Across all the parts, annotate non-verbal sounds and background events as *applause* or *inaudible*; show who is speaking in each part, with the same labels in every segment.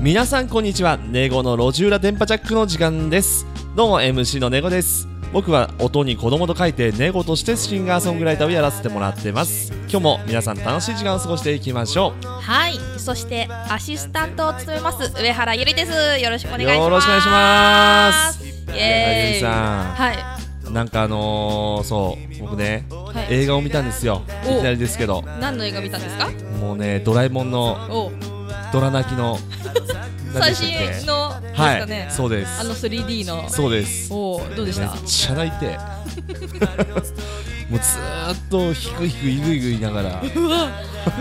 Speaker 1: 皆さんこんにちはネゴの路地裏電波ジャックの時間ですどうも MC のネゴです僕は音に子供と書いてネゴとしてシンガーソングライターをやらせてもらってます今日も皆さん楽しい時間を過ごしていきましょ
Speaker 2: はい、そしてアシスタントを務めます上原ゆりです。よろしくお願
Speaker 1: う
Speaker 2: いします。
Speaker 1: よろしくお願いします
Speaker 2: イ
Speaker 1: いやゆ
Speaker 2: エー
Speaker 1: り
Speaker 2: イ。
Speaker 1: さ
Speaker 2: はい、
Speaker 1: んなんかあのー、そう僕ね
Speaker 2: はい。
Speaker 1: 映画を見たんですよ
Speaker 2: お
Speaker 1: いきなりですけど
Speaker 2: 何の映画見たんですか？
Speaker 1: もうねドラえもんの
Speaker 2: お、
Speaker 1: ドラ泣き
Speaker 2: *laughs*
Speaker 1: の何で
Speaker 2: 最
Speaker 1: したっ
Speaker 2: 新
Speaker 1: け
Speaker 2: のです
Speaker 1: は
Speaker 2: か
Speaker 1: い、
Speaker 2: ね。
Speaker 1: そうで
Speaker 2: あ
Speaker 1: す
Speaker 2: の 3D の。
Speaker 1: そうです
Speaker 2: おお、どうでし？
Speaker 1: めったちゃ泣いてもうずーっとひくひくいぐいぐいなが
Speaker 2: *laughs*
Speaker 1: ら
Speaker 2: うわ、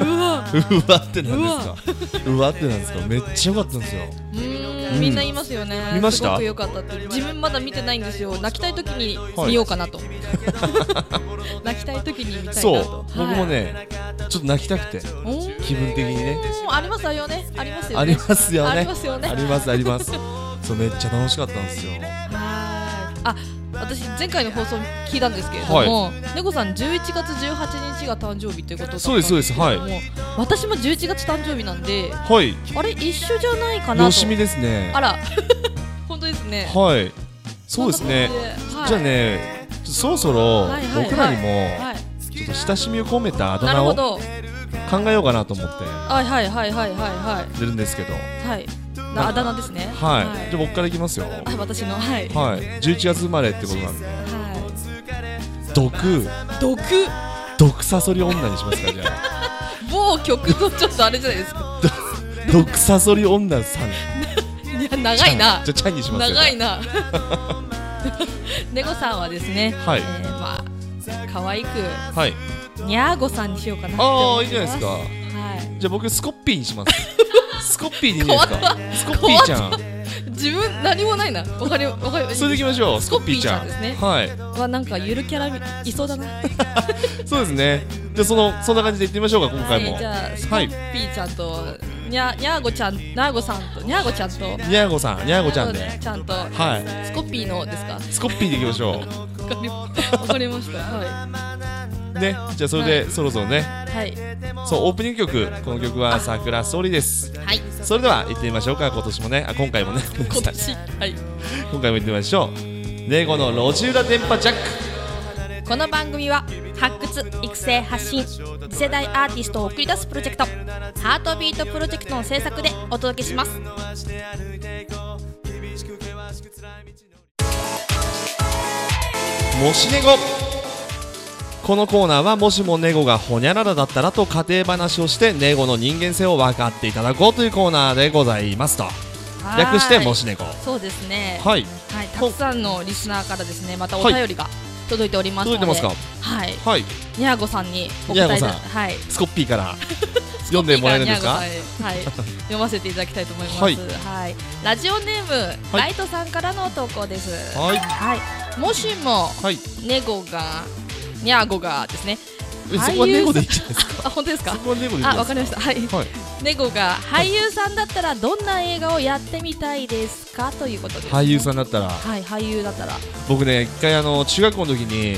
Speaker 2: うわ。
Speaker 1: うわってなんですかうわってなんですかめっちゃ良かったんですよ
Speaker 2: うーんみんな言いますよね。
Speaker 1: 見ました
Speaker 2: すごく良かったって。自分まだ見てないんですよ。泣きたい時に見ようかなと。 *laughs* 泣きたい時に見たいなと。
Speaker 1: そう
Speaker 2: はい
Speaker 1: 僕も。ねちょっと泣きたくて
Speaker 2: おー
Speaker 1: 気分的にね
Speaker 2: ありますよね。ありますよね。
Speaker 1: ありますよね
Speaker 2: ありますよね
Speaker 1: ありますありますそうめっちゃ楽しかったん
Speaker 2: *laughs*
Speaker 1: ですよ
Speaker 2: はいあ私前回の放送聞いたんですけれども、猫さん11月18日が誕生日ということだったん
Speaker 1: そうですそうですはい
Speaker 2: も私も11月誕生日なんで
Speaker 1: はい
Speaker 2: あれ一緒じゃないかなと
Speaker 1: よしみですね
Speaker 2: あら *laughs* 本当ですね
Speaker 1: はいそうですね
Speaker 2: こんな感ではい
Speaker 1: じゃあねちょっとそろそろ
Speaker 2: はいはいはい
Speaker 1: 僕らにも
Speaker 2: はい
Speaker 1: ちょっと親しみを込めたあだ
Speaker 2: なる
Speaker 1: 名
Speaker 2: ほ
Speaker 1: を考
Speaker 2: ど
Speaker 1: えようかなと思って
Speaker 2: はいはいはいはいはい
Speaker 1: 出るんですけど
Speaker 2: はいはいなあだ名ですね
Speaker 1: はい、じゃあ
Speaker 2: い
Speaker 1: 僕からいきますよ。
Speaker 2: あ私のはいは
Speaker 1: はい、11月生まれってことなんで、
Speaker 2: い
Speaker 1: 毒、
Speaker 2: 毒
Speaker 1: 毒サソリ女にしますか、じゃ
Speaker 2: *laughs*
Speaker 1: あ。
Speaker 2: 某曲のちょっとあれじゃないですか
Speaker 1: 毒サソリ女さん。
Speaker 2: いや長いな
Speaker 1: じゃあ、チャンにしますよ。
Speaker 2: 長
Speaker 1: *laughs*
Speaker 2: いなネゴさんはですね、
Speaker 1: はい
Speaker 2: えーまあ可愛く
Speaker 1: はい。
Speaker 2: ニャーゴさんにしようかなって
Speaker 1: あ
Speaker 2: 思
Speaker 1: あ、
Speaker 2: い
Speaker 1: いい
Speaker 2: ま
Speaker 1: じゃな
Speaker 2: す
Speaker 1: いですか。
Speaker 2: は
Speaker 1: じゃあ、僕、スコッピーにします。
Speaker 2: *laughs*
Speaker 1: スコッピーでいいです
Speaker 2: 変わ
Speaker 1: か。スコッピーちゃん。
Speaker 2: い自分何もないなわかりわかり
Speaker 1: それでいきましょう。スコッピーちゃん。
Speaker 2: スコッピーち
Speaker 1: はい。
Speaker 2: はなんかゆるキャラいそうだな、
Speaker 1: そうですね。じゃあ、その、そんな感じでいってみましょうか、今
Speaker 2: え
Speaker 1: 回も。
Speaker 2: ーじゃあスコ
Speaker 1: はい。
Speaker 2: ッピーちゃんとニャニャーゴちゃんニャーゴさんとニャーゴちゃんとニ
Speaker 1: にゃーごさん、にゃーごちゃんで。
Speaker 2: ちゃんと
Speaker 1: はい。
Speaker 2: スコッピーのですか
Speaker 1: スコッピーでいきましょ
Speaker 2: わかりわかりましたは
Speaker 1: う。ね、じゃあ、それで、そろそろね。
Speaker 2: いはい
Speaker 1: そう、オープニング曲、この曲は桜ソリです。
Speaker 2: はい
Speaker 1: それでは行ってみましょうか今年もねあ今回もねごめんなさ
Speaker 2: 今
Speaker 1: い
Speaker 2: 年はい
Speaker 1: 今回も行ってみましょうネゴの路地裏電波ジャック
Speaker 2: この番組は発掘育成発信次世代アーティストを送り出すプロジェクトハートビートプロジェクトの制作でお届けします
Speaker 1: もしネゴこのコーナーはもしもネゴがホニャララだったらと家庭話をしてネゴの人間性を分かっていただこうというコーナーでございますと略してもしネゴ
Speaker 2: そうですねは
Speaker 1: はい
Speaker 2: い、たくさんのリスナーからですねまたお便りが届いておりますの
Speaker 1: 届い
Speaker 2: で、
Speaker 1: てますか
Speaker 2: はい
Speaker 1: はい
Speaker 2: にゃーごさんにお答え
Speaker 1: にゃーご
Speaker 2: だ
Speaker 1: さん
Speaker 2: はい
Speaker 1: スコッピーから読んでもらえるんですか
Speaker 2: にゃーごさ
Speaker 1: *laughs*
Speaker 2: んへはい読ませていただきたいと思います
Speaker 1: はい
Speaker 2: はい、ラジオネーム、
Speaker 1: はい
Speaker 2: ライトさんからの投稿です
Speaker 1: はい
Speaker 2: はい、もしも
Speaker 1: はい
Speaker 2: ネゴがニャーゴがですね
Speaker 1: え
Speaker 2: 俳優さ
Speaker 1: そ
Speaker 2: ん
Speaker 1: こはネゴでいいじゃないですか
Speaker 2: あ本当ですか
Speaker 1: そこはネゴでいいじゃ
Speaker 2: あ、
Speaker 1: ない
Speaker 2: わ
Speaker 1: で
Speaker 2: かりました。はい。
Speaker 1: すかはい
Speaker 2: ネゴが俳優さんだったらどんな映画をやってみたいですかということです、
Speaker 1: 俳優さ
Speaker 2: ん。
Speaker 1: んだったら
Speaker 2: はい、俳優だったら。は
Speaker 1: 僕ね一回あの中学校の時に
Speaker 2: い。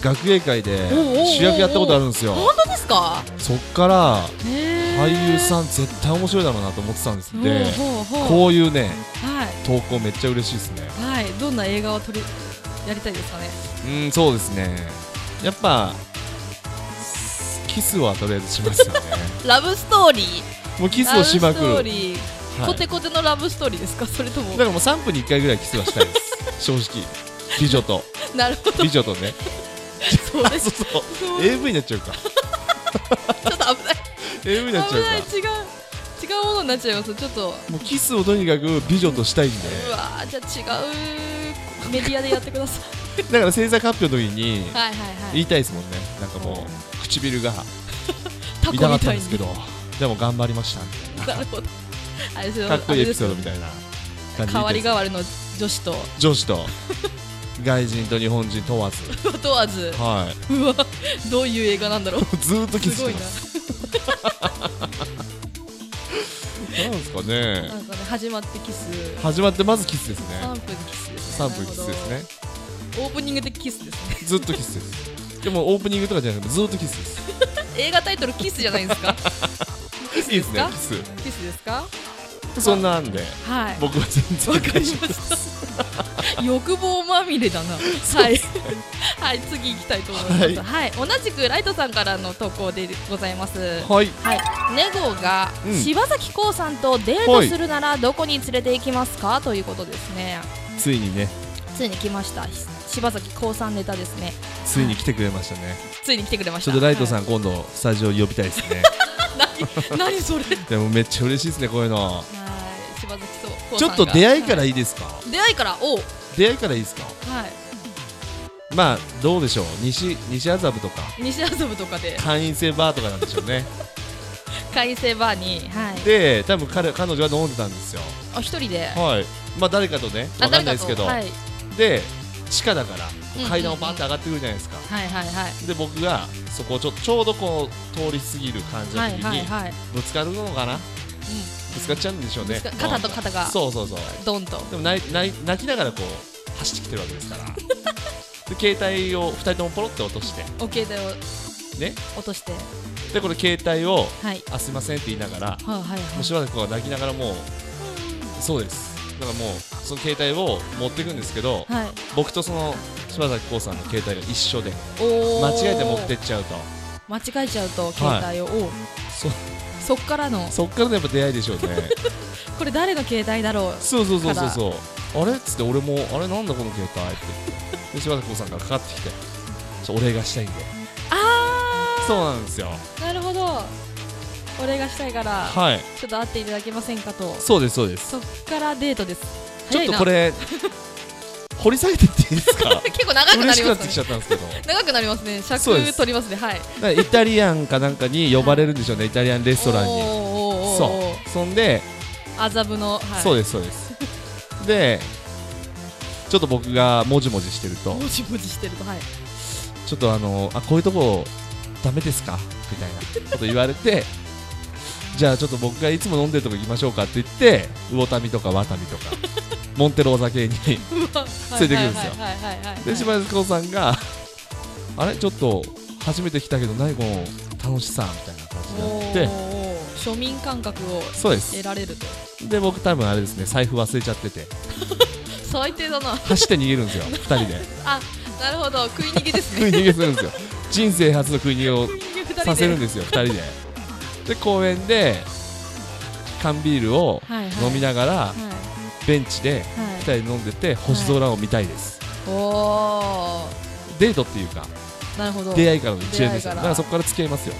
Speaker 1: 学芸会で
Speaker 2: おうおうおう
Speaker 1: 主役やったことあるんですよ
Speaker 2: 本当ですか？
Speaker 1: そっから俳
Speaker 2: 俳
Speaker 1: 優さん絶対面白いだろうなと思ってたんですって
Speaker 2: ほうほうほう
Speaker 1: こういうね
Speaker 2: はい
Speaker 1: 投稿めっちゃ嬉しいですね
Speaker 2: はい。どんな映画を撮りやりたいですかね。
Speaker 1: うんそうですねやっぱキスはとりあえずしますよ
Speaker 2: *laughs*
Speaker 1: ね
Speaker 2: ラブストーリー。
Speaker 1: もうキスをしまくる
Speaker 2: ラブストー
Speaker 1: はい、
Speaker 2: リー。コテコテのラブストーリーですか？それとも
Speaker 1: だからもう3分に1回ぐらいキスはしたいです正直美女
Speaker 2: *laughs*
Speaker 1: と
Speaker 2: なるほど。
Speaker 1: 美女とね
Speaker 2: そう
Speaker 1: あ
Speaker 2: です。
Speaker 1: そうそう
Speaker 2: そう
Speaker 1: AV になっちゃうか
Speaker 2: ちょっと危ない
Speaker 1: AV になっ
Speaker 2: 危
Speaker 1: ちゃう
Speaker 2: ない違
Speaker 1: か
Speaker 2: う違うものになっちゃいます。ちょっと。
Speaker 1: もうキスをとにかく美女としたいんで
Speaker 2: うわーじゃあ
Speaker 1: *laughs*
Speaker 2: 違うメディアでやってください
Speaker 1: だから制作発表の時に
Speaker 2: はいはいは
Speaker 1: 言
Speaker 2: い
Speaker 1: いたいですもんねなんかもう唇が
Speaker 2: タ
Speaker 1: 痛かったんですけどでも頑張りましたみたいな
Speaker 2: なるほどあれですよ
Speaker 1: かっこいいエピソード
Speaker 2: あ
Speaker 1: みたいな感
Speaker 2: れ
Speaker 1: じ
Speaker 2: です
Speaker 1: で
Speaker 2: 代わり代わりの女子と
Speaker 1: *laughs* 女子と外人と日本人問わず
Speaker 2: 問わず
Speaker 1: は
Speaker 2: うわどういう映画なんだろう
Speaker 1: いずーっとキス
Speaker 2: す
Speaker 1: し
Speaker 2: ご
Speaker 1: て
Speaker 2: いな
Speaker 1: ますなんですかね
Speaker 2: なんかね始まってキス
Speaker 1: 始まってまずキスです
Speaker 2: 3
Speaker 1: ね
Speaker 2: 分キスですね
Speaker 1: 3分キスです
Speaker 2: な
Speaker 1: ね
Speaker 2: るほどオープニングでキスですね
Speaker 1: ずっとキスですでもオープニングとかじゃなくてずーっとキスです
Speaker 2: 映画タイトルキスじゃないですかキス
Speaker 1: いい
Speaker 2: で
Speaker 1: ですすね
Speaker 2: か
Speaker 1: キス
Speaker 2: キスですか
Speaker 1: そんなんで
Speaker 2: はい
Speaker 1: 僕は全然
Speaker 2: わかりました。欲望まみれだな。はい。はい、次行きたいと思います。はい、同じくライトさんからの投稿でございます。
Speaker 1: はい
Speaker 2: はい、ネゴが
Speaker 1: うん
Speaker 2: 柴咲コウさんとデートするならどこに連れて行きますか、ということですね。
Speaker 1: ついにね
Speaker 2: ついに来ました。し柴咲コウさんネタですね。
Speaker 1: ついに来てくれましたね
Speaker 2: ついに来てくれまし
Speaker 1: ち
Speaker 2: た。
Speaker 1: ょっとライトさん
Speaker 2: ん。
Speaker 1: 今度スタジオ呼びたいですね
Speaker 2: 何、
Speaker 1: *laughs*
Speaker 2: 何それ。はい、
Speaker 1: でもめっちゃ嬉しいですねこういうの
Speaker 2: 柴咲コウ
Speaker 1: ち
Speaker 2: さ
Speaker 1: ょ
Speaker 2: んが。
Speaker 1: っと出会いから
Speaker 2: はい
Speaker 1: いですか
Speaker 2: 出会いから、おう、
Speaker 1: 出会いからいいですか
Speaker 2: はい、
Speaker 1: まあどうでしょう西西麻布とか
Speaker 2: 西麻布とかで
Speaker 1: 会員制バーとかなんでしょう
Speaker 2: *laughs*
Speaker 1: ね
Speaker 2: 会員制バーに、はい。
Speaker 1: で多分彼彼女は飲んでたんですよ
Speaker 2: あ一人で。
Speaker 1: はいまあ誰かとね
Speaker 2: あ
Speaker 1: わかんないですけど、
Speaker 2: 誰かと
Speaker 1: で地下だから
Speaker 2: うんうん
Speaker 1: 階段をバーって上がってくるじゃないですか、
Speaker 2: はい、はいはいはい
Speaker 1: で僕がそこをちょちょうどこう通り過ぎる感じの
Speaker 2: は
Speaker 1: 時
Speaker 2: い
Speaker 1: に、
Speaker 2: はいはい、
Speaker 1: ぶつかるのかな
Speaker 2: う
Speaker 1: ぶつかっちゃうんでしょうね
Speaker 2: ぶつか肩と肩が、
Speaker 1: そうそうそうん
Speaker 2: ドンと
Speaker 1: でも泣い泣い泣きながらこう走ってきてるわけですから
Speaker 2: *laughs*
Speaker 1: で携帯を2人ともポロって落として
Speaker 2: お携帯を
Speaker 1: ね
Speaker 2: 落として
Speaker 1: でこれ携帯を
Speaker 2: はい
Speaker 1: 「あすいません」って言いながら
Speaker 2: はいはいは
Speaker 1: もう
Speaker 2: い
Speaker 1: しばらくは泣きながらもうそうですだからもうその携帯を持っていくんですけど
Speaker 2: はい
Speaker 1: 僕とその柴咲コウさんの携帯が一緒で
Speaker 2: お
Speaker 1: 間
Speaker 2: ー
Speaker 1: 違えて持ってっちゃうと
Speaker 2: 間違えちゃうと携帯を、おう
Speaker 1: そ
Speaker 2: そっからの
Speaker 1: そっからのやっぱ出会いでしょうね
Speaker 2: これ誰の携帯だろう
Speaker 1: そうそうそうそうそうあれっつって俺もあれなんだこの携帯ってで柴咲コウさんからかかってきてちょお礼がしたいんで
Speaker 2: あ
Speaker 1: そうなんですよ
Speaker 2: ーなるほどお礼がしたいから
Speaker 1: はい
Speaker 2: ちょっと会っていただけませんかと
Speaker 1: そうですそうです
Speaker 2: そっからデートです
Speaker 1: ちょ
Speaker 2: 早
Speaker 1: っ
Speaker 2: い
Speaker 1: と
Speaker 2: な
Speaker 1: これ掘り下げてっていいですか
Speaker 2: 結構長くな
Speaker 1: 嬉し
Speaker 2: り
Speaker 1: くな
Speaker 2: ま
Speaker 1: ってき
Speaker 2: す
Speaker 1: ち
Speaker 2: ね
Speaker 1: ゃったんですけど
Speaker 2: 長くなりますね尺
Speaker 1: そうです
Speaker 2: 取りますねはい
Speaker 1: だからイタリアンかなんかに呼ばれるんでしょうねイタリアンレストラン
Speaker 2: おー
Speaker 1: に
Speaker 2: おーおーお
Speaker 1: そうそんで、
Speaker 2: ー麻布の、はい、
Speaker 1: そうですそうですでちょっと僕がもじもじしてると
Speaker 2: もじもじしてるとはい
Speaker 1: ちょっとあのあこういうとこダメですかみたいなこと言われて *laughs* じゃあちょっと僕がいつも飲んでるとこ行きましょうかって言って魚民とかワタミ
Speaker 2: *laughs*
Speaker 1: とかモンテローザ系に
Speaker 2: つ
Speaker 1: いてくるんですよ
Speaker 2: はいはいはいはいはいはい
Speaker 1: で島津子さんがあれちょっと初めて来たけど何この楽しさみたいな感じになって
Speaker 2: おー庶民感覚を
Speaker 1: そうです
Speaker 2: 得られると
Speaker 1: で僕多分あれですね財布忘れちゃってて
Speaker 2: 最低だな
Speaker 1: 走って逃げるん
Speaker 2: *laughs*
Speaker 1: ですよ二人で
Speaker 2: あなるほど食い逃げですね
Speaker 1: 食い逃げするんですよ人生初の食い逃げを
Speaker 2: 食い逃げ二人で
Speaker 1: させるんですよ二人でで公園で缶ビールを
Speaker 2: はいはい
Speaker 1: 飲みながら
Speaker 2: はい
Speaker 1: ベンチで
Speaker 2: はい
Speaker 1: 二人で飲んでて星空を見たいです
Speaker 2: おー
Speaker 1: デートっていうか
Speaker 2: なるほど
Speaker 1: 出会いからの一連ですよ
Speaker 2: 出会いから
Speaker 1: だからそこから付き合いますよ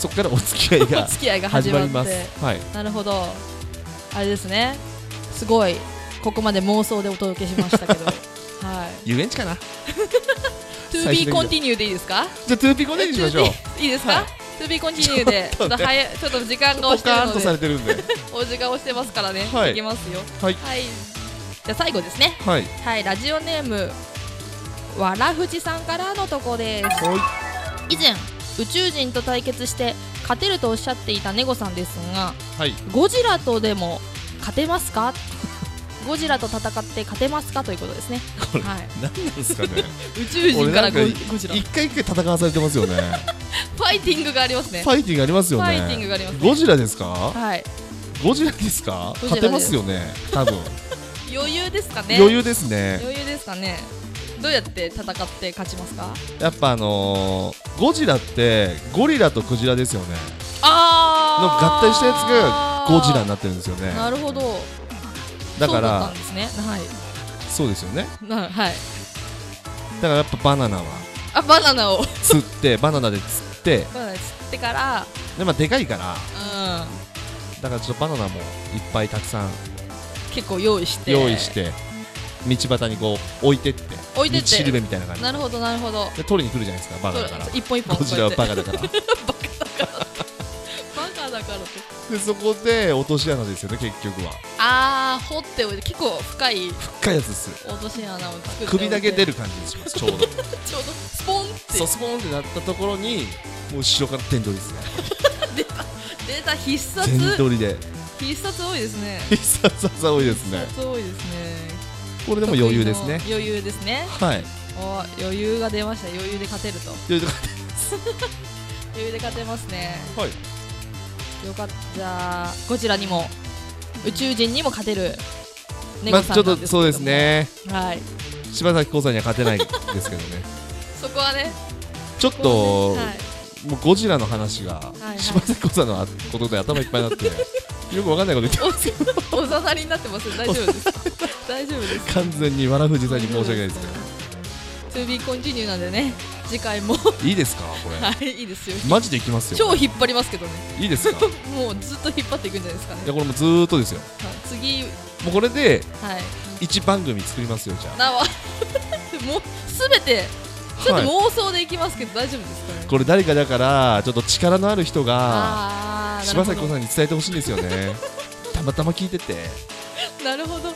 Speaker 1: そこからお付き合い
Speaker 2: お *laughs*
Speaker 1: が
Speaker 2: 付き合いが始
Speaker 1: 始ま
Speaker 2: まっ
Speaker 1: り
Speaker 2: て
Speaker 1: ますはい
Speaker 2: なるほどあれですねすごいここまで妄想でお届けし
Speaker 1: *laughs*
Speaker 2: ましたけどはい
Speaker 1: 遊園地かな
Speaker 2: *laughs* To
Speaker 1: 最
Speaker 2: be
Speaker 1: 終的に
Speaker 2: continue でいいですか
Speaker 1: じゃあトゥーピコでにしましょう
Speaker 2: いいですか、
Speaker 1: はい
Speaker 2: To be continue でち
Speaker 1: ち
Speaker 2: ょ
Speaker 1: ょっと
Speaker 2: っ
Speaker 1: ね
Speaker 2: と早いちょっと時間が
Speaker 1: ポ
Speaker 2: 押して
Speaker 1: カーン
Speaker 2: るの
Speaker 1: と
Speaker 2: で
Speaker 1: されてるんで
Speaker 2: お時間をしてますからね、
Speaker 1: はい
Speaker 2: い、きますよ
Speaker 1: はい
Speaker 2: はいじゃあ最後ですね
Speaker 1: はい
Speaker 2: はいラジオネームわらふじさんからのとこです
Speaker 1: は
Speaker 2: 以前宇宙人と対決して勝てるとおっしゃっていたネゴさんですが
Speaker 1: い
Speaker 2: ゴジラとでも勝てますかゴジラと戦って勝てますかということですね
Speaker 1: これ
Speaker 2: はい
Speaker 1: 何なんですかね
Speaker 2: 宇宙人
Speaker 1: 俺
Speaker 2: か
Speaker 1: な
Speaker 2: ら
Speaker 1: んか
Speaker 2: ゴ
Speaker 1: い
Speaker 2: ゴジラフ
Speaker 1: 一回一回戦わされてますよね
Speaker 2: ァイティングがあります *laughs* ね
Speaker 1: ファイティングありますよね
Speaker 2: ファイティングがありますね
Speaker 1: ゴジラですか
Speaker 2: はい
Speaker 1: ゴジラですか
Speaker 2: ゴジラです
Speaker 1: 勝てますよね多
Speaker 2: *laughs*
Speaker 1: 分
Speaker 2: 余裕ですかね
Speaker 1: 余裕ですね
Speaker 2: 余裕ですかねどうやって戦って勝ちますか
Speaker 1: やっぱあのーゴジラってゴリラとクジラですよねの
Speaker 2: あ
Speaker 1: 合
Speaker 2: ー
Speaker 1: 体したやつがゴジラになってるんですよね
Speaker 2: なるほど
Speaker 1: だか
Speaker 2: そうだった
Speaker 1: ら
Speaker 2: んですねはい
Speaker 1: そうですよね
Speaker 2: なは
Speaker 1: だ
Speaker 2: い
Speaker 1: からやっぱバナナは
Speaker 2: あバナナを
Speaker 1: 釣って *laughs* バナナで釣って
Speaker 2: バナナ釣ってから
Speaker 1: でまあでかいから
Speaker 2: う
Speaker 1: だからちょっとバナナもいっぱいたくさん
Speaker 2: ん結構用意して
Speaker 1: 用意して道端にこう置いてって
Speaker 2: 置いてって
Speaker 1: 道しるべみたいな感じ
Speaker 2: なるほどなるほど
Speaker 1: で取りに来るじゃないですかバカだから
Speaker 2: そう一本一本
Speaker 1: ゴジラは
Speaker 2: こう
Speaker 1: バ
Speaker 2: や
Speaker 1: カ
Speaker 2: って
Speaker 1: だから
Speaker 2: *laughs* バカだからって
Speaker 1: でそこで落とし穴ですよね結局は
Speaker 2: ああ掘っておいて結構深い
Speaker 1: 深いやつでする
Speaker 2: 落とし穴を作って
Speaker 1: 首だけ出
Speaker 2: る
Speaker 1: る感じにしますちょうど
Speaker 2: *laughs* ちょうどスポンって
Speaker 1: そうスポーンってなったところにもう後ろから点取りですね
Speaker 2: 出た必殺
Speaker 1: 点取りで *laughs*
Speaker 2: 必殺多いですね
Speaker 1: 必殺技多いですね
Speaker 2: 必殺多いですね
Speaker 1: これでも余裕ですね
Speaker 2: 得意の余裕ですね
Speaker 1: はい
Speaker 2: お余裕が出ました余裕で勝てると
Speaker 1: というとこ
Speaker 2: 余裕で勝てますね
Speaker 1: はい
Speaker 2: よかったゴジラにも宇宙人にも勝てる
Speaker 1: ま
Speaker 2: 猫
Speaker 1: あ
Speaker 2: さ
Speaker 1: ちょ
Speaker 2: ん
Speaker 1: っと
Speaker 2: なんですけども
Speaker 1: そうですね
Speaker 2: はい
Speaker 1: 柴咲コウさんには勝てないですけどね
Speaker 2: そこはね
Speaker 1: ちょっ、
Speaker 2: こことはねはい
Speaker 1: もうゴジラの話が
Speaker 2: いはい
Speaker 1: 柴咲コウさんのことで頭いっぱいになってよくわかんないこと言って
Speaker 2: お *laughs* おざなりになってますよ大丈夫です
Speaker 1: *laughs*
Speaker 2: 大丈夫です
Speaker 1: 完全にわらふじさんに申し訳ないですけ
Speaker 2: トゥービーコンティニューなんでね次回も
Speaker 1: どいいですかこれ
Speaker 2: はいいいですよ
Speaker 1: マジでいきますよ
Speaker 2: 超引っ張りますけどね
Speaker 1: いいですか
Speaker 2: もうずっと引っ張っていくんじゃないですかね
Speaker 1: いやこれもうずーっとですよ
Speaker 2: はい次
Speaker 1: もうこれで
Speaker 2: はい
Speaker 1: 一番組作りますよじゃ
Speaker 2: *laughs* なわもうすべてちょっ
Speaker 1: はい
Speaker 2: と妄想でいきますけど大丈夫ですかね
Speaker 1: あこれ誰かだからちょっと力のある人が
Speaker 2: あーな
Speaker 1: 柴
Speaker 2: るほ
Speaker 1: 咲コウ
Speaker 2: ど
Speaker 1: さんに伝えてほしいんですよねたまたま聞いてて
Speaker 2: なるほど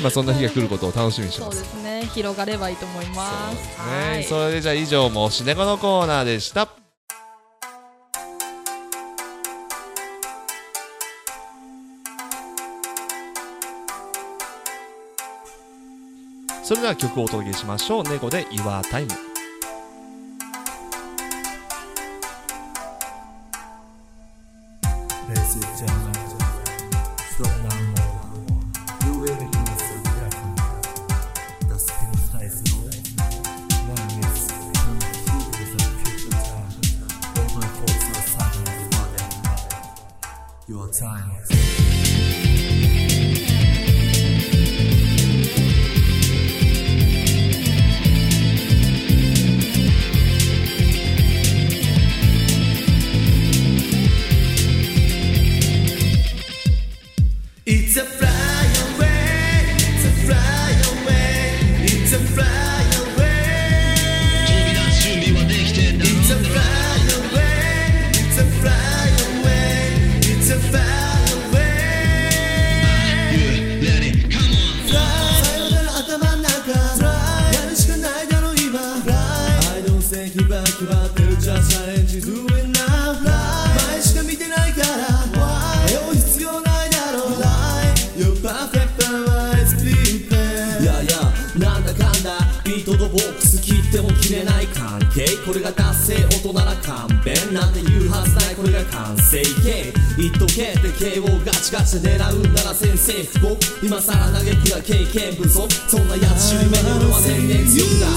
Speaker 1: まあそんな日が来ることを楽しみにして
Speaker 2: そう
Speaker 1: ま
Speaker 2: ですすね広がればいいと思います
Speaker 1: ね
Speaker 2: はい
Speaker 1: それでじゃあ以上もしねこのコーナーでしたそれでは曲をお届けしましょう猫で Your Time
Speaker 3: 前しか見てないから迷う必要ないだろう You're perfect but it's sleeping いやいやなんだかんだビートとボックス切っても切れない関係これが達成大人な勘弁なんて言うはずないこれが完成形言っとけって KO ガチガチで狙うなら先生不幸今さら嘆くが経験不足そんなやつ知り目に俺は全然強くなる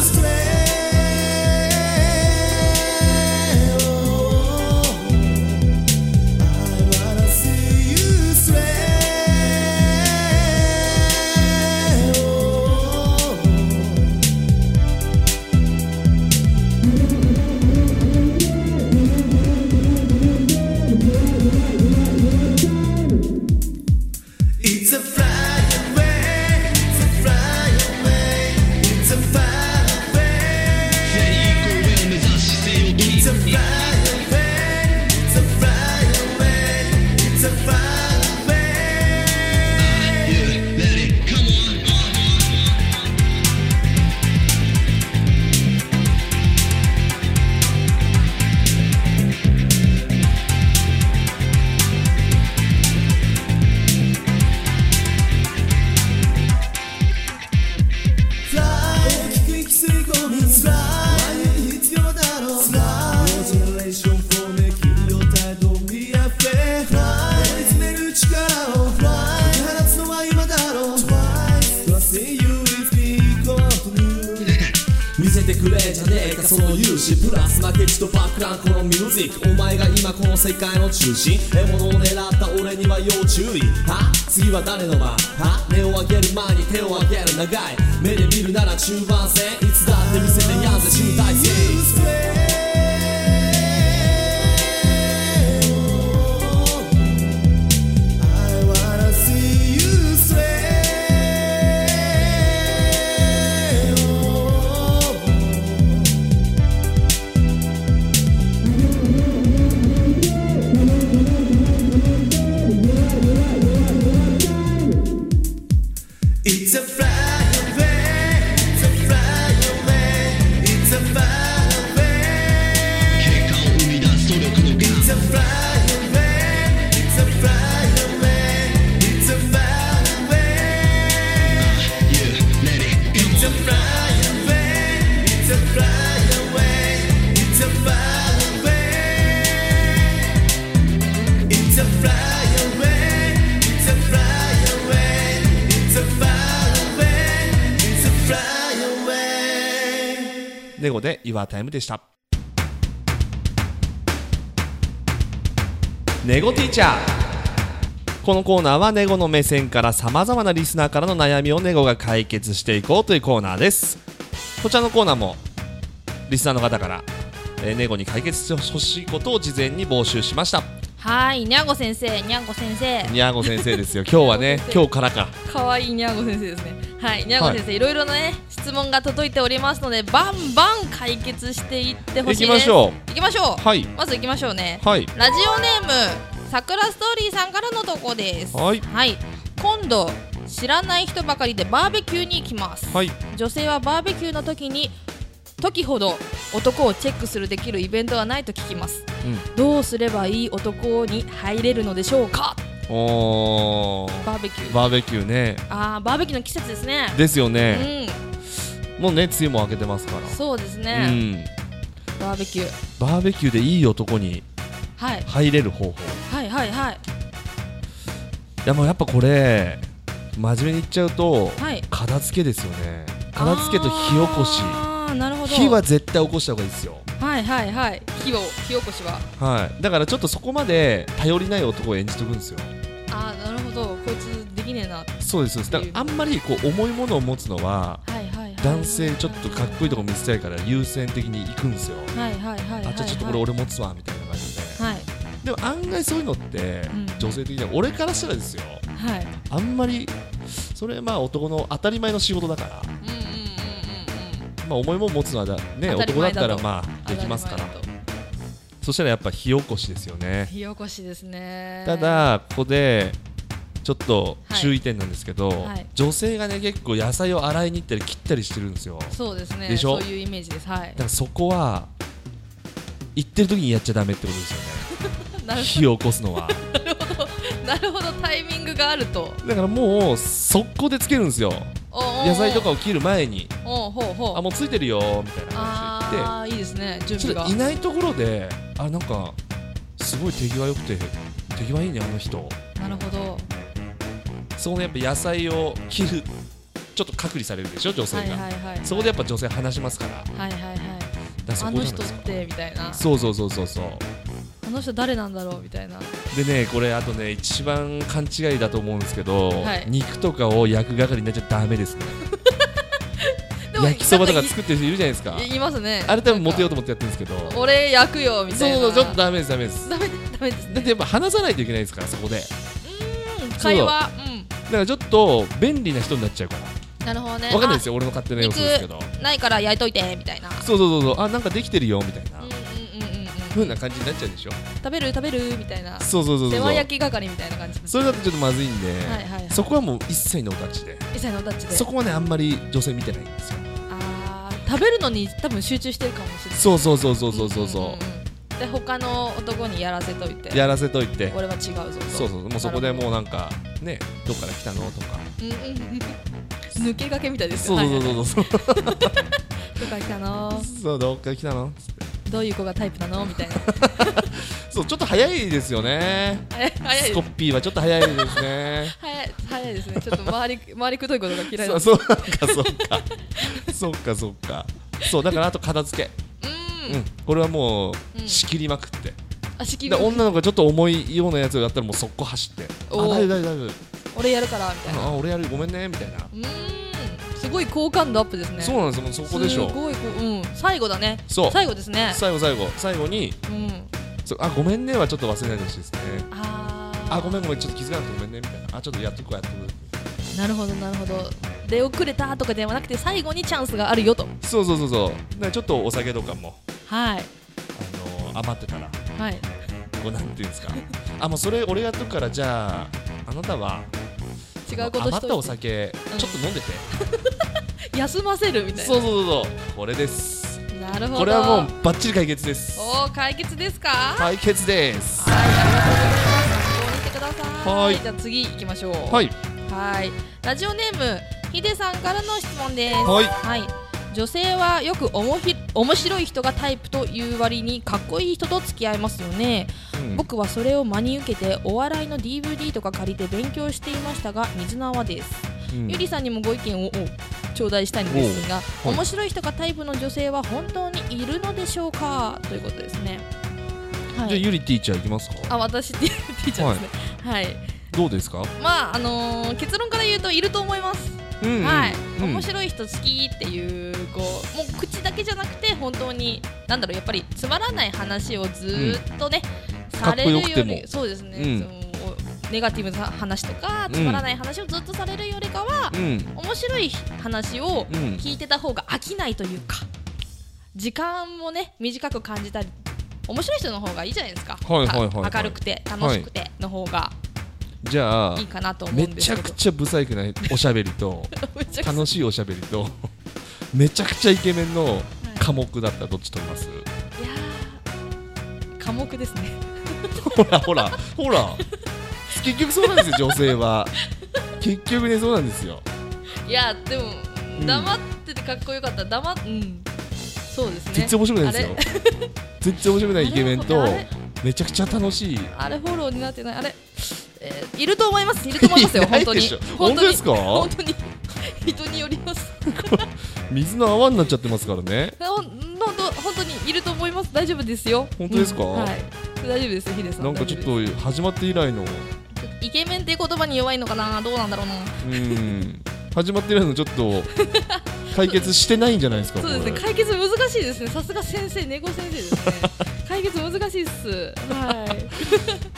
Speaker 3: It's a fly away, it's a fly away, it's a fly away. It's a fly away, it's a fly away, it's a fly away. Fly 大きく息吸い込み Fly 前に必要だろう Fly Your generation for making your title be a fair Fly 追い詰める力を Fly 放つのは今だろう Twice Trusting you is be equal to new 見せてくれじゃねえかその勇姿プラス負けじとバックランこのミュージックお前が今この世界の中心獲物を狙った俺には要注意は次は誰の番は根を上げる前に手を上げる長い目で見るなら中盤戦いつだって見せてやんぜ集大成 I wanna see you sway. Oh. It's a fly away, it's a fly away, it's a fly away.
Speaker 1: ネゴで Your Time でしたネゴティーチャーこのコーナーはネゴの目線からさまざまなリスナーからの悩みをネゴが解決していこうというコーナーですこちらのコーナーもリスナーの方から、えーネゴに解決してほしいことを事前に募集しました
Speaker 2: はいにゃんご先生にゃんご先生
Speaker 1: にゃーご先生ですよ今日はね今日からか
Speaker 2: 可愛いにゃんご先生ですねはいにゃんご先生、い、ろいろなね質問が届いておりますのでバンバン解決していってほ
Speaker 1: 行
Speaker 2: しいです
Speaker 1: きましょ
Speaker 2: う行きましょ
Speaker 1: う
Speaker 2: う
Speaker 1: はい
Speaker 2: まず行きましょうね
Speaker 1: はい
Speaker 2: ラジオネームさくらストーリーさんからの投稿です
Speaker 1: はい
Speaker 2: はい今度知らない人ばかりでバーベキューに行きます、
Speaker 1: はい
Speaker 2: 女性はバーベキューの時に時ほど男をチェックするできるイベントはないと聞きますどうすればいい男に入れるのでしょうか
Speaker 1: うんおー
Speaker 2: バーベキュー
Speaker 1: バーベキューね
Speaker 2: あーバーベキューの季節ですね
Speaker 1: ですよ
Speaker 2: う
Speaker 1: ね、
Speaker 2: ん
Speaker 1: もうね梅雨も明けてますから
Speaker 2: そうです
Speaker 1: う
Speaker 2: ね、
Speaker 1: ん
Speaker 2: バーベキュー
Speaker 1: バーベキューでいい男に
Speaker 2: はい
Speaker 1: 入れる方法
Speaker 2: はいはいはい
Speaker 1: でもやっぱこれ真面目に言っちゃうと
Speaker 2: はい
Speaker 1: 片付けですよね片付けと火起こし
Speaker 2: あーなるほど
Speaker 1: 火は絶対起こした方がいいですよ
Speaker 2: はいはいはい火を火起こしは
Speaker 1: はいだからちょっとそこまで頼りない男を演じとくんですよ
Speaker 2: あーなるほどこいつできねえな
Speaker 1: そうですそうですだからあんまりこう重いものを持つのは
Speaker 2: はいはいはい
Speaker 1: 男性ちょっとかっこいいとこ見せたいから優先的に行くんですよ、
Speaker 2: はいはいはいはいはい
Speaker 1: あじゃあちょっとこれ俺持つわみたいな感じで、
Speaker 2: はい
Speaker 1: でも案外そういうのって、
Speaker 2: うん
Speaker 1: 女性的には俺からしたらですよ
Speaker 2: はい
Speaker 1: あんまりそれまあ男の当たり前の仕事だから、
Speaker 2: うんうんうんうん
Speaker 1: まあ、重いもん持つのはだ、ね、
Speaker 2: 当たり
Speaker 1: 男だっ
Speaker 2: 前だ
Speaker 1: た
Speaker 2: と
Speaker 1: らまあ
Speaker 2: う
Speaker 1: で
Speaker 2: ん
Speaker 1: きますから
Speaker 2: 当たり前だと
Speaker 1: そしたらやっぱ火起こしですよね
Speaker 2: 火起こしですね
Speaker 1: ただここでちょっと
Speaker 2: はい
Speaker 1: 注意点なんですけど、
Speaker 2: はい
Speaker 1: 女性がね結構野菜を洗いに行ったり切ったりしてるんですよだか
Speaker 2: そうですね
Speaker 1: でしょ
Speaker 2: そういうイメージですはい
Speaker 1: らそこは行ってる時にやっちゃダメってことですよね
Speaker 2: なる *laughs*
Speaker 1: 火を起こすのは
Speaker 2: なるほどタイミングがあると
Speaker 1: だからもう速攻でつけるんですよ
Speaker 2: おうおうおう
Speaker 1: 野菜とかを切る前に
Speaker 2: おうほうほう
Speaker 1: あもうついてるよみたいな話言って
Speaker 2: あーいいですね準
Speaker 1: ちょ
Speaker 2: 備
Speaker 1: っ
Speaker 2: が
Speaker 1: といないところであなんかすごい手際良くて手際いいねあの人
Speaker 2: なるほど
Speaker 1: そこでやっぱ野菜を切るちょっと隔離されるでしょ女性が、
Speaker 2: はいはいはい
Speaker 1: そこでやっぱ女性話しますからだか
Speaker 2: はいはいはい
Speaker 1: らそ
Speaker 2: あ
Speaker 1: こじゃ
Speaker 2: の
Speaker 1: ないで
Speaker 2: 人っ
Speaker 1: すか
Speaker 2: てみたいな
Speaker 1: そうそうそうそうそう
Speaker 2: あの人誰なんだろうみた
Speaker 1: *laughs*
Speaker 2: いな
Speaker 1: でねこれあとね一番勘違いだと思うんですけど、
Speaker 2: はい
Speaker 1: 肉とかを焼く係になっちゃダメですね
Speaker 2: でも
Speaker 1: 焼きそばと
Speaker 2: な
Speaker 1: か
Speaker 2: んい
Speaker 1: 作ってる人いるじゃないですか
Speaker 2: いいますね
Speaker 1: あれ多分モテよう
Speaker 2: と
Speaker 1: と思ってやってるんですけどそう
Speaker 2: 俺焼くよみたいな
Speaker 1: そうちょっとダメですダメです
Speaker 2: ダメダメです
Speaker 1: だっ
Speaker 2: ね
Speaker 1: てやっぱ話さないといけないですからそこでだ
Speaker 2: うん会話う
Speaker 1: からちょっと便利な人になっちゃうから
Speaker 2: んなるほどね
Speaker 1: わかんないです
Speaker 2: よ
Speaker 1: よ俺の勝手な予想ですけど
Speaker 2: ないから焼いといてみたいな
Speaker 1: そうそうそうそうあなんかできてるよみたいな、
Speaker 2: うんうんうんうんうん
Speaker 1: ふうな感じになっちゃうでしょ
Speaker 2: 食べる食べるみたいな
Speaker 1: そうそうそうそ
Speaker 2: 世
Speaker 1: う
Speaker 2: 話焼き係みたいな感じ
Speaker 1: それだとちょっとまずいんで、
Speaker 2: はいはいはい
Speaker 1: そこはもう一切のお立ちで
Speaker 2: 一切のタッチで
Speaker 1: そこはねあんまり女性見てないんですよ
Speaker 2: あー食べるのに多分集中してるかもしれない
Speaker 1: そうそうそうそうそうそうそう,、
Speaker 2: んんうんで他の男にやらせといて
Speaker 1: やらせといて
Speaker 2: 俺は違うぞと
Speaker 1: そうそうもうそこでもうなんかねどっから来たのとか
Speaker 2: うんうんうん抜け駆けみたいです
Speaker 1: そ
Speaker 2: よ
Speaker 1: うそう
Speaker 2: はいはい
Speaker 1: そうそうそう
Speaker 2: どっから来たの
Speaker 1: そうどっから来たのつって
Speaker 2: どういう子がタイプなのみた
Speaker 1: *laughs*
Speaker 2: いな
Speaker 1: そうちょっと早いですよね
Speaker 2: 早い早い
Speaker 1: ス
Speaker 2: で
Speaker 1: コ
Speaker 2: す
Speaker 1: ッピーはちょっと早いですね
Speaker 2: 早い早いですねちょっと周
Speaker 1: *laughs*
Speaker 2: り周りくどいことが *laughs* 嫌いな
Speaker 1: そ
Speaker 2: ん
Speaker 1: う
Speaker 2: です
Speaker 1: そうなんかそうかそうかそうかそうだからあと片付け、
Speaker 2: うん
Speaker 1: うん、これはも
Speaker 2: う
Speaker 1: うん仕切りまくって、
Speaker 2: あ敷
Speaker 1: で
Speaker 2: 居
Speaker 1: 女の子がちょっと重いようなやつだったらもう速攻走って「あ
Speaker 2: おー
Speaker 1: 大丈夫大丈夫
Speaker 2: 俺やるからみたいな
Speaker 1: あ俺やるごめんね」みたいな、
Speaker 2: うーんすごい好感度アップですね
Speaker 1: そうなんですもうそこでしょ
Speaker 2: すごいこううん最後だね
Speaker 1: そう
Speaker 2: 最後ですね
Speaker 1: 最後最後最後に
Speaker 2: うん
Speaker 1: 「そうあごめんね」はちょっと忘れないでほしいですね
Speaker 2: あ
Speaker 1: 「
Speaker 2: ー
Speaker 1: あごめんごめんちょっと気づかなくてごめんね」みたいな「あちょっとやっとくわやっとく
Speaker 2: なるほどなるほど出遅れたとかではなくて最後にチャンスがあるよと」
Speaker 1: そうそうそうそうだからちょっとお酒とかも、あ
Speaker 2: はい
Speaker 1: のー余ってたら
Speaker 2: はい
Speaker 1: こうなんていうんですかあもうそれ俺やっとくからじゃああなたは
Speaker 2: 違うことし
Speaker 1: 余ったお
Speaker 2: とい
Speaker 1: 酒
Speaker 2: うん
Speaker 1: ちょっと飲んでて、
Speaker 2: て休ませるみたい
Speaker 1: そうそうそうそうこれです
Speaker 2: ななるほど
Speaker 1: これはもうバッチリ解決です
Speaker 2: おー解決ですかはい
Speaker 1: 解決です
Speaker 2: ありがとうございます参考にしてください
Speaker 1: はい
Speaker 2: じゃあ次行きましょう
Speaker 1: はいい
Speaker 2: はいラジオネームひでさんからの質問です
Speaker 1: はい
Speaker 2: はい女性はよくおもひ面白い人がタイプという割にかっこいい人と付き合いますよね
Speaker 1: うん
Speaker 2: 僕はそれを真に受けてお笑いの DVD とか借りて勉強していましたが水の泡です、
Speaker 1: うん
Speaker 2: ゆりさんにもご意見をお頂戴したいんですが、
Speaker 1: おうはい
Speaker 2: 面白い人がタイプの女性は本当にいるのでしょうかということですね。は
Speaker 1: じゃあ
Speaker 2: い、
Speaker 1: ゆりティーチャーいきますか
Speaker 2: あ私って言っちゃうんですね。はい、
Speaker 1: どうですか
Speaker 2: まああのー結論から言うといると思います。
Speaker 1: うんうん
Speaker 2: はい、
Speaker 1: うん
Speaker 2: 面白い人好きっていうこうもう口だけじゃなくて本当になんだろうやっぱりつまらない話をずーっとね、されるよ
Speaker 1: かっこよくて
Speaker 2: り
Speaker 1: も
Speaker 2: そうですね、
Speaker 1: うん
Speaker 2: そのネガティブな話とか
Speaker 1: うん
Speaker 2: つまらない話をずっとされるよりかは、
Speaker 1: うん
Speaker 2: 面白い話を
Speaker 1: うん
Speaker 2: 聞いてた方が飽きないというか時間もね短く感じたり面白い人の方がいいじゃないですか、
Speaker 1: はいはいはいはい
Speaker 2: 明るくて楽しくての方が
Speaker 1: じゃあ
Speaker 2: いいかなと思うん
Speaker 1: め
Speaker 2: ですけど、
Speaker 1: ちゃくちゃ不細工なおしゃべり
Speaker 2: *laughs*
Speaker 1: と
Speaker 2: めちゃくちゃ
Speaker 1: 楽しいおしゃべりと *laughs* めちゃくちゃイケメンの
Speaker 2: はい
Speaker 1: 科目だったらどっち取り
Speaker 2: *laughs*
Speaker 1: ます
Speaker 2: いやー寡黙ですね
Speaker 1: ほらほらほら結局そうなんです
Speaker 2: *laughs*
Speaker 1: よ女性は結局ねそうなんですよ
Speaker 2: いやーでも
Speaker 1: うん
Speaker 2: 黙っててかっこよかった黙っうんそうですね
Speaker 1: 全然面白くないですよ
Speaker 2: *laughs*
Speaker 1: 全然面白くないイケメン
Speaker 2: あ
Speaker 1: と
Speaker 2: れあれ
Speaker 1: めちゃくちゃ楽しい
Speaker 2: あれフォローになってないあれ、えーいると思いますいると思いますよ
Speaker 1: いない
Speaker 2: 本当
Speaker 1: で
Speaker 2: に
Speaker 1: しょ
Speaker 2: 本当に
Speaker 1: 本
Speaker 2: 本当に人によります
Speaker 1: 水の泡になっちゃってますからね
Speaker 2: ほん本当本当にいると思います大丈夫ですよ
Speaker 1: 本当ですか
Speaker 2: うんはい大丈夫ですヒデさん
Speaker 1: なんかちょっ
Speaker 2: 大丈夫
Speaker 1: と始まって以来の
Speaker 2: ですイケメンっていう言葉に弱いのかなどうなんだろうな
Speaker 1: うん *laughs* 始まって以来のちょっと解決してないんじゃないですか
Speaker 2: そうですね
Speaker 1: これ
Speaker 2: 解決難しいですねさすが先生猫先生ですね解決難しいっすは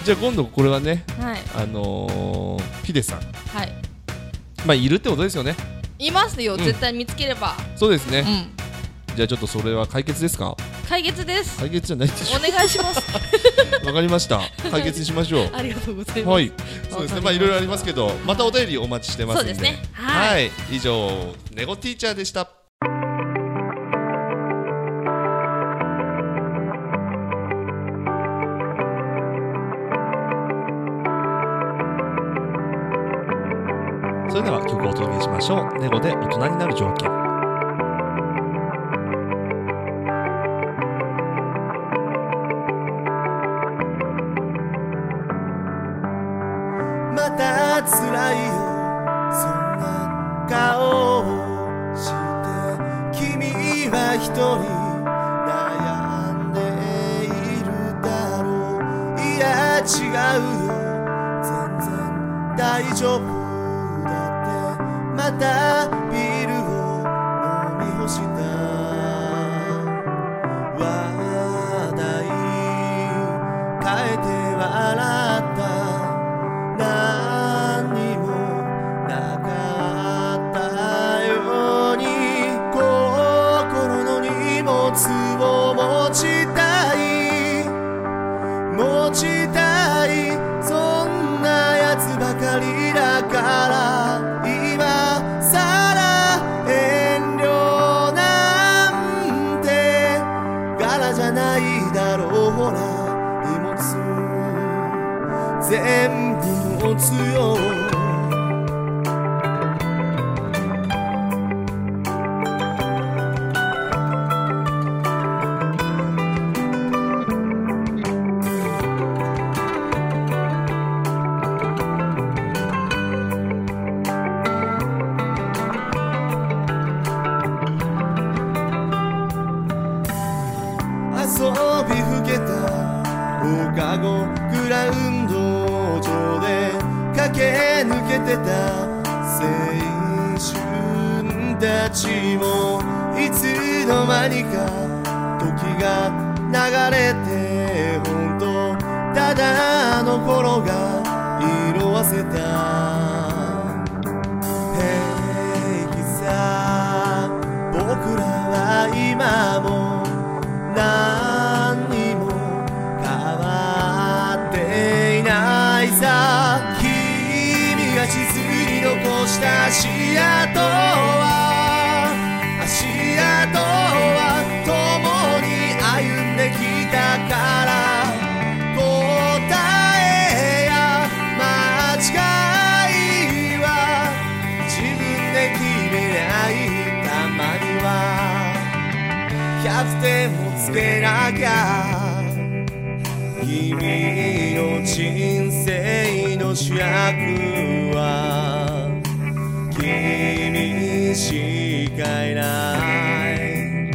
Speaker 2: い
Speaker 1: じゃあ今度これはね
Speaker 2: はい、
Speaker 1: あのー、ヒデさん
Speaker 2: はい、
Speaker 1: まあいるってことですよね
Speaker 2: いますよ、
Speaker 1: ん
Speaker 2: 絶対見つければ、
Speaker 1: そうですね
Speaker 2: う、ん、
Speaker 1: じゃあちょっとそれは解決ですか
Speaker 2: 解決です、
Speaker 1: 解決じゃないでしょ
Speaker 2: お願いします。 *laughs*
Speaker 1: わかりました。解決しましょう。
Speaker 2: ありがとうございます。
Speaker 1: はい。そうですね。まあいろいろありますけど、またお便りお待ちしてますんで。
Speaker 2: そうですね
Speaker 1: は。
Speaker 2: はい
Speaker 1: 以上ネゴティーチャーでした。それでは曲をお届けしましょう。ネゴで大人になる条件。
Speaker 3: また辛いよそんな顔をして君は一人悩んでいるだろういや違うよ全然大丈夫だってまたビールを飲み干した話題変えて笑った何にもなかったように心の荷物を持ちたい持ちたいそんなやつばかりだから今さら遠慮なんて柄じゃないだろうほら荷物全部持つよ遊びふけた放課後グラウンド上で駆け抜けてた青春たちもいつの間にか時が流れて本当ただあの頃が色あせた平気さ僕らは今も何にも変わっていないさ君が地図に残した足跡は足跡は共に歩んできたから答えや間違いは自分で決めないたまにはキャプテンをつけなきゃ君の人生の主役は君にしかいない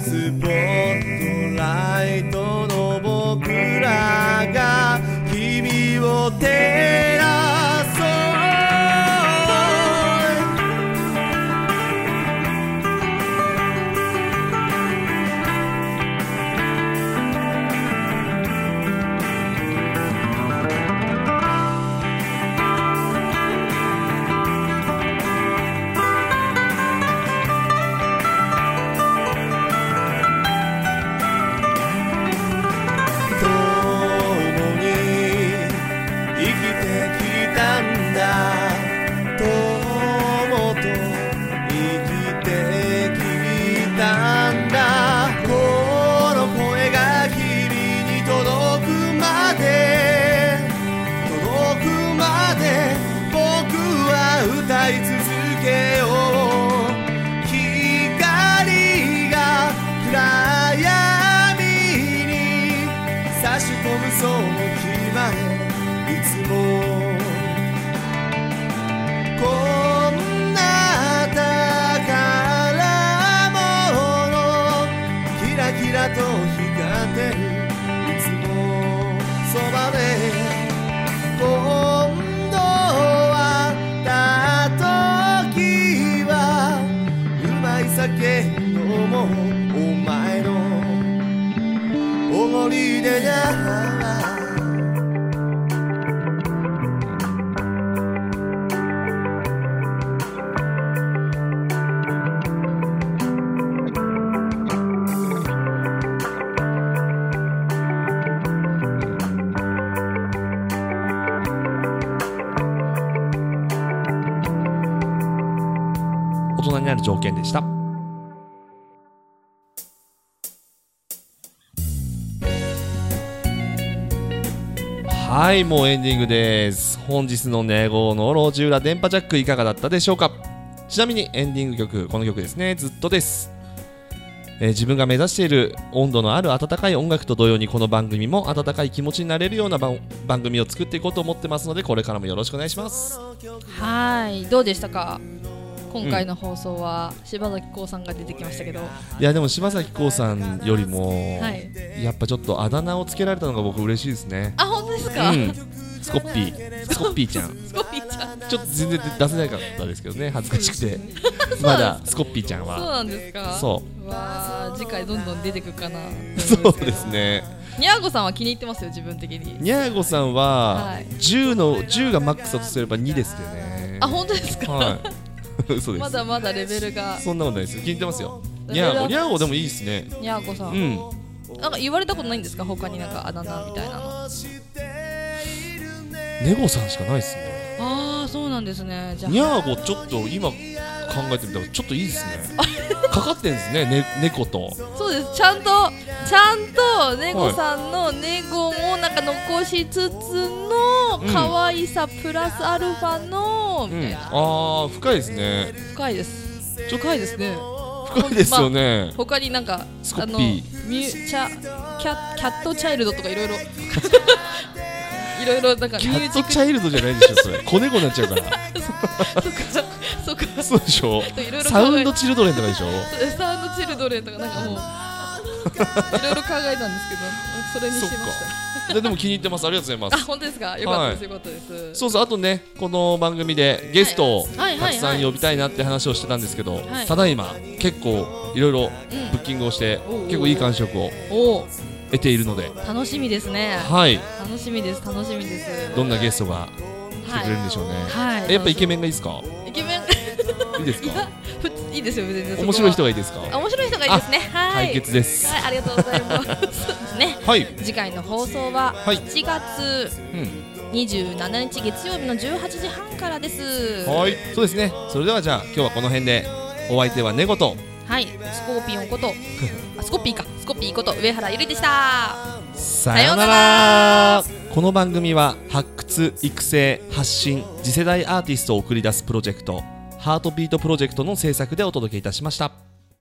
Speaker 3: スポットライトの僕らが君を照らそう共に生きてきたんだ友と生きてきたんだこの声が君に届くまで届くまで僕は歌い続けよう光が暗闇に差し込むその日までいつもこんな宝物キラキラと光ってるいつもそばで今度はた時はうまい酒飲もうお前のおごりでな
Speaker 1: 大人になる条件でしたはいもうエンディングです本日の「ネゴの路地裏電波ジャック」いかがだったでしょうかちなみにエンディング曲この曲ですねずっとですえー自分が目指している温度のある温かい音楽と同様にこの番組も温かい気持ちになれるような番番組を作っていこうと思ってますのでこれからもよろしくお願いします
Speaker 2: はいどうでしたか今回の放送は柴咲コウさんが出てきましたけど、
Speaker 1: いやでも柴咲コウさんよりも、
Speaker 2: はい
Speaker 1: やっぱちょっとあだ名をつけられたのが僕嬉しいですね。
Speaker 2: あ本当ですか、
Speaker 1: うん、スコッピー、スコッピーちゃん。
Speaker 2: すごいじゃん
Speaker 1: ちょっと全然出せなかったですけどね、恥ずかしくて。まだスコッピーちゃん
Speaker 2: そう
Speaker 1: は。
Speaker 2: なんですか
Speaker 1: そう
Speaker 2: わあ次回どんどん出てくるかな
Speaker 1: う。そうですね。
Speaker 2: にゃーごさんは気に入ってますよ自分的に、
Speaker 1: にゃーごさんは、
Speaker 2: はい
Speaker 1: 10の10がマックスだとすれば2ですよね。
Speaker 2: あ本当ですか、
Speaker 1: はい。 *laughs* 嘘です。
Speaker 2: まだまだレベルが
Speaker 1: そんなことないですよ。気に入ってますよ。にゃーご、にゃーごでもいいですね。
Speaker 2: にゃーこさ、
Speaker 1: うんん。
Speaker 2: なんか言われたことないんですか他になんかあだ名みたいなのあ
Speaker 1: ネゴさんしかないですね。
Speaker 2: あーそうなんですねじゃあ
Speaker 1: ニャーゴちょっと今考えてみたらちょっといいですね
Speaker 2: *laughs*
Speaker 1: かかってんですねね猫と
Speaker 2: そうですちゃんとちゃんとネゴさんのネゴもなんか残しつつの
Speaker 1: うん
Speaker 2: 可愛さプラスアルファの、
Speaker 1: うんあー深いですね
Speaker 2: 深いです
Speaker 1: ちょ
Speaker 2: 深いですね
Speaker 1: 深いですよね、
Speaker 2: 他になんか
Speaker 1: スコ
Speaker 2: あ
Speaker 1: ッピー
Speaker 2: のミュチャキャキャットチャイルドとか
Speaker 1: *laughs*
Speaker 2: いろいろいろいろなんかミ
Speaker 1: キ
Speaker 2: ュ
Speaker 1: ャ
Speaker 2: ー
Speaker 1: ッ
Speaker 2: ジ
Speaker 1: ト
Speaker 2: ック
Speaker 1: チャイルドじゃないでしょそ
Speaker 2: *laughs*
Speaker 1: れ子猫になっちゃうから
Speaker 2: とかそうか
Speaker 1: そうでしょ
Speaker 2: といろいろ考え
Speaker 1: サウンドチルドレンとかでしょ
Speaker 2: サウンドチルドレンとかな
Speaker 1: *laughs*
Speaker 2: んかもういろいろ考えたんですけどそれにしました
Speaker 1: ででも気に入ってますありがとうござい
Speaker 2: あ *laughs*
Speaker 1: ます
Speaker 2: 本当ですかよかったです、よかったです
Speaker 1: そうそうあとねこの番組でゲストを
Speaker 2: はいはいはい
Speaker 1: たくさん呼びたいなって話をしてたんですけど、
Speaker 2: はい
Speaker 1: ただいま結構いろいろ
Speaker 2: うん
Speaker 1: ブッキングをして、
Speaker 2: おうおう
Speaker 1: 結構いい感触を
Speaker 2: おお
Speaker 1: 得ているので
Speaker 2: 楽しみですね
Speaker 1: はい
Speaker 2: 楽しみです楽しみです
Speaker 1: どんなゲストが来て
Speaker 2: は
Speaker 1: くれるん
Speaker 2: い
Speaker 1: でしょうね、
Speaker 2: はい
Speaker 1: えやっぱイケメンがいいですか
Speaker 2: イケメン
Speaker 1: いいです
Speaker 2: いや
Speaker 1: か
Speaker 2: 普通いいですよ全然
Speaker 1: 面白い人
Speaker 2: が
Speaker 1: がいいですか
Speaker 2: 面白い人がいいですねはい
Speaker 1: 解決です
Speaker 2: はいありがとうございますね
Speaker 1: はい、
Speaker 2: 次回の放送は
Speaker 1: はい
Speaker 2: 7月
Speaker 1: うん、
Speaker 2: 27日月曜日の18時半からです
Speaker 1: はいそうですねそれではじゃあ今日はこの辺でお相手はネゴと
Speaker 2: はい、スコーピオンこと、あスコピーか、スコピーこと上原ゆりでした。
Speaker 1: さ
Speaker 2: ような
Speaker 1: らこの番組は発掘育成発信次世代アーティストを送り出すプロジェクトハートビートプロジェクトの制作でお届けいたしました